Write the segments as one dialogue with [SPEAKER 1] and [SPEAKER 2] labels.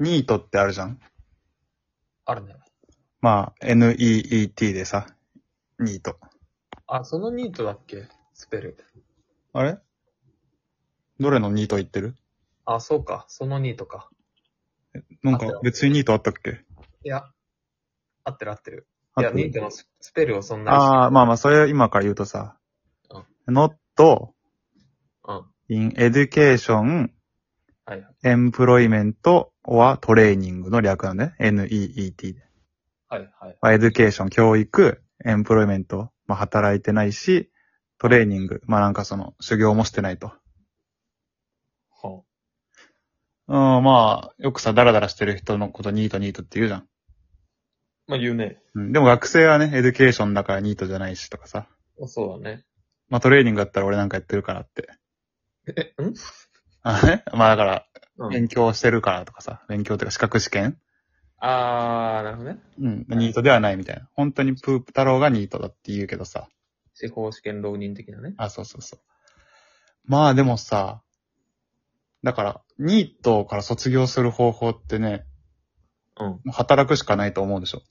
[SPEAKER 1] ニートってあるじゃん
[SPEAKER 2] あるね。
[SPEAKER 1] まあ、N-E-E-T でさ、ニート。
[SPEAKER 2] あ、そのニートだっけスペル。
[SPEAKER 1] あれどれのニート言ってる
[SPEAKER 2] あ、そうか。そのニートか。
[SPEAKER 1] なんか
[SPEAKER 2] あそう
[SPEAKER 1] 別にニートあったっけ
[SPEAKER 2] いや、合ってる合ってる。
[SPEAKER 1] あ
[SPEAKER 2] い
[SPEAKER 1] っ
[SPEAKER 2] や、
[SPEAKER 1] た
[SPEAKER 2] ニートのススペルをそんな
[SPEAKER 1] ああ、まあまあ、それを今から言うとさ、not
[SPEAKER 2] に。うん。
[SPEAKER 1] in education,
[SPEAKER 2] はいはい。
[SPEAKER 1] employment or training の略なんで、N-E-E-T で。
[SPEAKER 2] はいはい。
[SPEAKER 1] まあ、エデュケーション、教育、エンプロイメント、まあ、働いてないし、トレーニング、まあ、なんかその、修行もしてないと。
[SPEAKER 2] ほ
[SPEAKER 1] うん、まあ、よくさ、ダラダラしてる人のことニートニートって言うじゃん。
[SPEAKER 2] う。まあ言うね。
[SPEAKER 1] うん、でも学生はね、エデュケーションだからニートじゃないしとかさ。
[SPEAKER 2] そうだね。
[SPEAKER 1] まあ、トレーニングだったら俺なんかやってるからって。
[SPEAKER 2] え、ん
[SPEAKER 1] あね まあ、だから、
[SPEAKER 2] うん。
[SPEAKER 1] 勉強してるからとかさ、勉強というか資格試験
[SPEAKER 2] あー、なるほどね。
[SPEAKER 1] うん、ニートではないみたいな。本当にプープ太郎がニートだって言うけどさ。
[SPEAKER 2] 司法試験浪人的なね。
[SPEAKER 1] あ、そうそうそう。まあでもさ、だから、ニートから卒業する方法ってね、
[SPEAKER 2] うん。
[SPEAKER 1] 働くしかないと思うでしょ。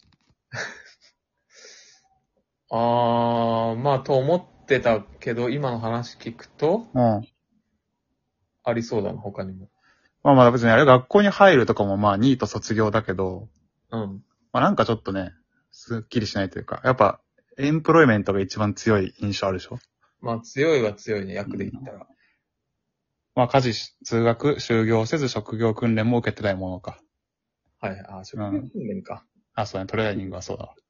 [SPEAKER 2] あー、まあと思ってたけど、今の話聞くと、
[SPEAKER 1] うん。
[SPEAKER 2] ありそうだな、他にも。
[SPEAKER 1] まあまあ別にあれ学校に入るとかもまあニート卒業だけど、
[SPEAKER 2] うん。
[SPEAKER 1] まあなんかちょっとね、すっきりしないというか、やっぱ、エンプロイメントが一番強い印象あるでしょ。
[SPEAKER 2] まあ強いは強いね、役で言ったら。
[SPEAKER 1] まあ家事、通学、就業せず職業訓練も受けてないものか。
[SPEAKER 2] はい、あー、職業訓練か。
[SPEAKER 1] あ、そうね、トレーニングはそうだわ。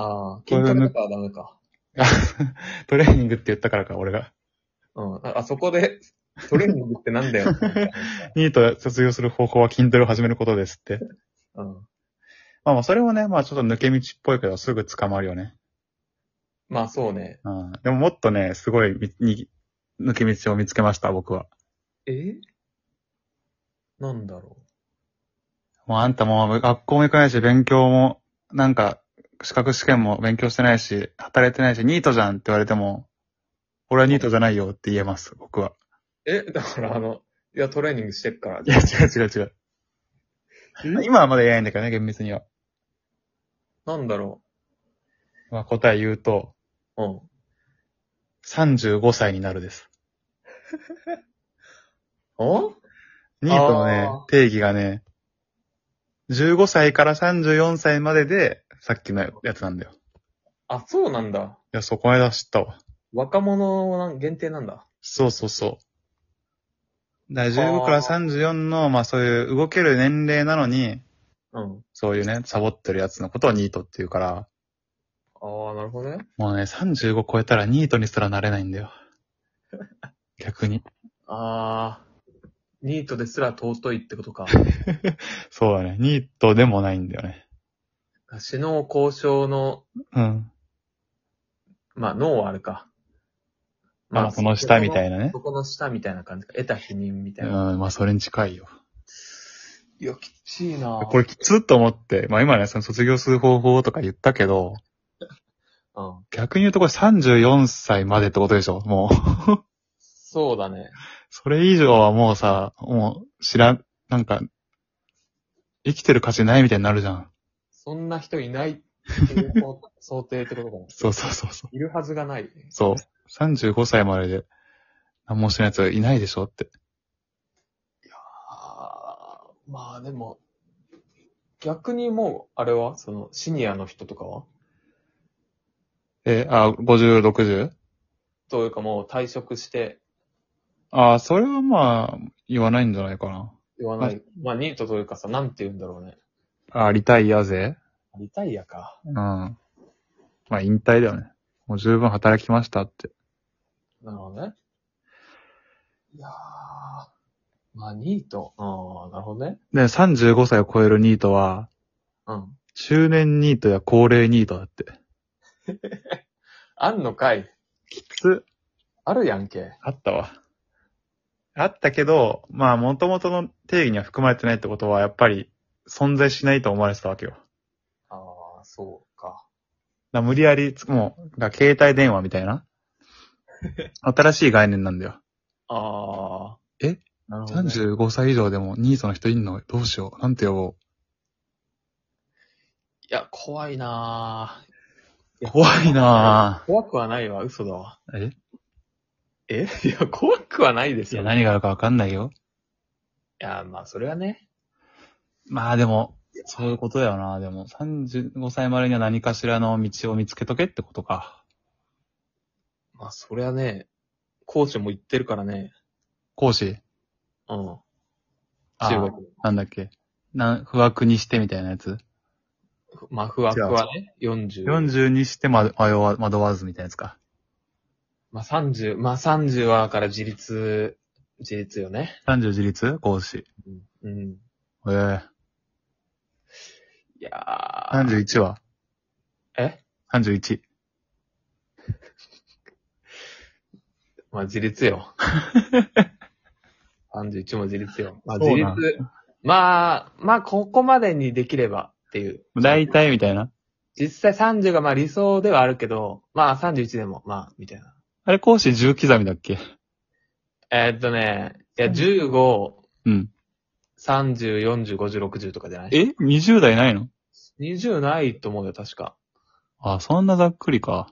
[SPEAKER 2] ああ、
[SPEAKER 1] れ
[SPEAKER 2] 筋トレとかはダメか。
[SPEAKER 1] トレーニングって言ったからか、俺が。
[SPEAKER 2] うん。ああそこで、トレーニングってなんだよって思 ったんだ。
[SPEAKER 1] ニート卒業する方法は筋トレを始めることですって。
[SPEAKER 2] うん。
[SPEAKER 1] まあまあ、それもね、まあちょっと抜け道っぽいけど、すぐ捕まるよね。
[SPEAKER 2] まあそうね。
[SPEAKER 1] うん。でももっとね、すごいみ、に、抜け道を見つけました、僕は。
[SPEAKER 2] えなんだろ
[SPEAKER 1] もうあんたもう学校も行かないし、勉強も、なんか、資格試験も勉強してないし、働いてないし、ニートじゃんって言われても、俺はニートじゃないよって言えます、僕は。
[SPEAKER 2] う。えだからあの、いや、トレーニングしてっから。
[SPEAKER 1] いや、違う違う違う。今はまだ言えないんだけどね、厳密には。
[SPEAKER 2] なんだろ
[SPEAKER 1] まあ、答え言うと、
[SPEAKER 2] う。うん。
[SPEAKER 1] 35歳になるです。
[SPEAKER 2] お
[SPEAKER 1] ニートのね
[SPEAKER 2] あー、
[SPEAKER 1] 定義がね、15歳から34歳までで、さっきのやつなんだよ。い
[SPEAKER 2] あ、そうなんだ。
[SPEAKER 1] や、そう、この間知ったわ。
[SPEAKER 2] 若者なん限定なんだ。
[SPEAKER 1] そうそうそう。だから
[SPEAKER 2] あー
[SPEAKER 1] 15から34の、まあそういう動ける年齢なのに、
[SPEAKER 2] うん。
[SPEAKER 1] そういうね、サボってるやつのことをニートって言うから、
[SPEAKER 2] ああ、なるほどね。
[SPEAKER 1] もうね、35超えたらニートにすらなれないんだ よ。逆に。
[SPEAKER 2] ああ、ニートですら尊いってことか。
[SPEAKER 1] そうだね。ニートでもないんだよね。
[SPEAKER 2] 死の交渉の、
[SPEAKER 1] うん。
[SPEAKER 2] まあ、脳はあるか。
[SPEAKER 1] まあその下みたいなね。
[SPEAKER 2] そこの下みたいな感じか。得た否認みた
[SPEAKER 1] う
[SPEAKER 2] いな。
[SPEAKER 1] ん、まあそれに近いよ。
[SPEAKER 2] いや、きちいな
[SPEAKER 1] これきつっと思って、まあ今ね、その卒業する方法とか言ったけど、
[SPEAKER 2] うん。
[SPEAKER 1] 逆に言うとこれ34歳までってことでしょもう。
[SPEAKER 2] そうだね。
[SPEAKER 1] それ以上はもうさ、もう知らん、なんか、生きてる価値ないみたいになるじゃん。
[SPEAKER 2] そんな人いないっていう想想定ってことかも。
[SPEAKER 1] そうそうそうそう。
[SPEAKER 2] いるはずがない。
[SPEAKER 1] そう。35歳までで、何もしてない奴いないでしょって。
[SPEAKER 2] ああ、まあでも、逆にもう、あれはその、シニアの人とかは
[SPEAKER 1] え、あ、50、60?
[SPEAKER 2] というかもう退職して
[SPEAKER 1] あ、それはまあ、言わないんじゃないかな。
[SPEAKER 2] 言わない。まあニートというかさ、なんて言うんだろうね。
[SPEAKER 1] あ、リタイアぜ
[SPEAKER 2] リタイアか。
[SPEAKER 1] うん。まあ、引退だよね。もう十分働きましたって。
[SPEAKER 2] なるほどね。いやー。まあニート。ああ、なるほどね。
[SPEAKER 1] で、35歳を超えるニートは、
[SPEAKER 2] うん。
[SPEAKER 1] 中年ニートや高齢ニートだって。
[SPEAKER 2] あんのかい。
[SPEAKER 1] きつ。
[SPEAKER 2] あるやんけ。
[SPEAKER 1] あったわ。あったけど、まあ、元々の定義には含まれてないってことは、やっぱり、存在しないと思われてたわけよ。だか
[SPEAKER 2] ああ、そうか。
[SPEAKER 1] ら無理やり、もう、だから携帯 電話みたいな。新しい概念なんだよ。
[SPEAKER 2] ああ。なるほど、ね。
[SPEAKER 1] 35歳以上でもニートの人いんのどうしよう。なんて呼ぼ
[SPEAKER 2] いや、怖いなぁ。
[SPEAKER 1] う。怖いな
[SPEAKER 2] 怖くはないわ、嘘だわ。
[SPEAKER 1] ぁ。え
[SPEAKER 2] え いや、怖くはないです
[SPEAKER 1] いや、
[SPEAKER 2] よ、ね。
[SPEAKER 1] 何
[SPEAKER 2] い
[SPEAKER 1] があるかわかんないよ。
[SPEAKER 2] や、まあ、それはね。
[SPEAKER 1] まあでも、そういうことだよな。でも、35歳までには何かしらの道を見つけとけってことか。
[SPEAKER 2] まあ、それはね、コーチも言ってるからね。
[SPEAKER 1] 講師
[SPEAKER 2] うん。
[SPEAKER 1] あ
[SPEAKER 2] 中国。
[SPEAKER 1] なんだっけなん、不惑にしてみたいなやつ
[SPEAKER 2] まあ、不惑はね、40。
[SPEAKER 1] ?40 にしてま迷わ、惑わずみたいなやつか。
[SPEAKER 2] まあ、30、まあ、30はから自立、自立よね。
[SPEAKER 1] 30自立講師。
[SPEAKER 2] うん。
[SPEAKER 1] ええ
[SPEAKER 2] いやー。
[SPEAKER 1] 31は
[SPEAKER 2] え
[SPEAKER 1] ?31。
[SPEAKER 2] まあ、自立よ。31も自立よ。まあ、
[SPEAKER 1] そ
[SPEAKER 2] 自
[SPEAKER 1] うなん
[SPEAKER 2] 立。まあ、まあ、ここまでにできればっていう。
[SPEAKER 1] 大体みたいな。
[SPEAKER 2] 実際30がまあ理想ではあるけど、まあ31でも、まあ、みたいな。
[SPEAKER 1] あれ講師10刻みだっけ
[SPEAKER 2] えーっとね、いや、15、
[SPEAKER 1] うん。
[SPEAKER 2] 30、40、50、60とかじゃない
[SPEAKER 1] え ?20 代ないの
[SPEAKER 2] ?20 ないと思うよ、確か。
[SPEAKER 1] あ、そんなざっくりか。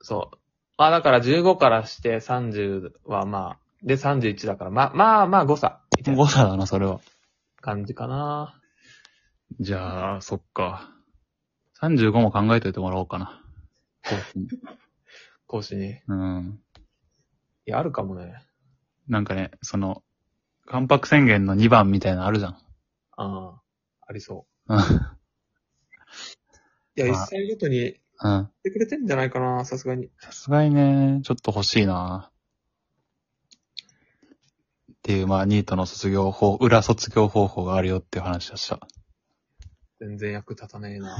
[SPEAKER 2] そう。まあだから15からして30はまあ、で31だから、まあまあまあ誤差、みたいな
[SPEAKER 1] 誤差だな、それは。
[SPEAKER 2] 感じかな。
[SPEAKER 1] じゃあ、そっか。35も考えといてもらおうかな。講師に
[SPEAKER 2] 講師に。い
[SPEAKER 1] うん。
[SPEAKER 2] や、あるかもね。
[SPEAKER 1] なんかね、その、関白宣言の2番みたいなのあるじゃん。
[SPEAKER 2] ああ、ありそうう。いや、
[SPEAKER 1] ま
[SPEAKER 2] 一
[SPEAKER 1] あ
[SPEAKER 2] 歳ごとに言っ
[SPEAKER 1] ん。うん。
[SPEAKER 2] てくれてんじゃないかな、さすがに。
[SPEAKER 1] さすがにね、ちょっと欲しいなっていう、まあ、ニートの卒業法、裏卒業方法があるよっていう話でした。
[SPEAKER 2] 全然役立たねえな。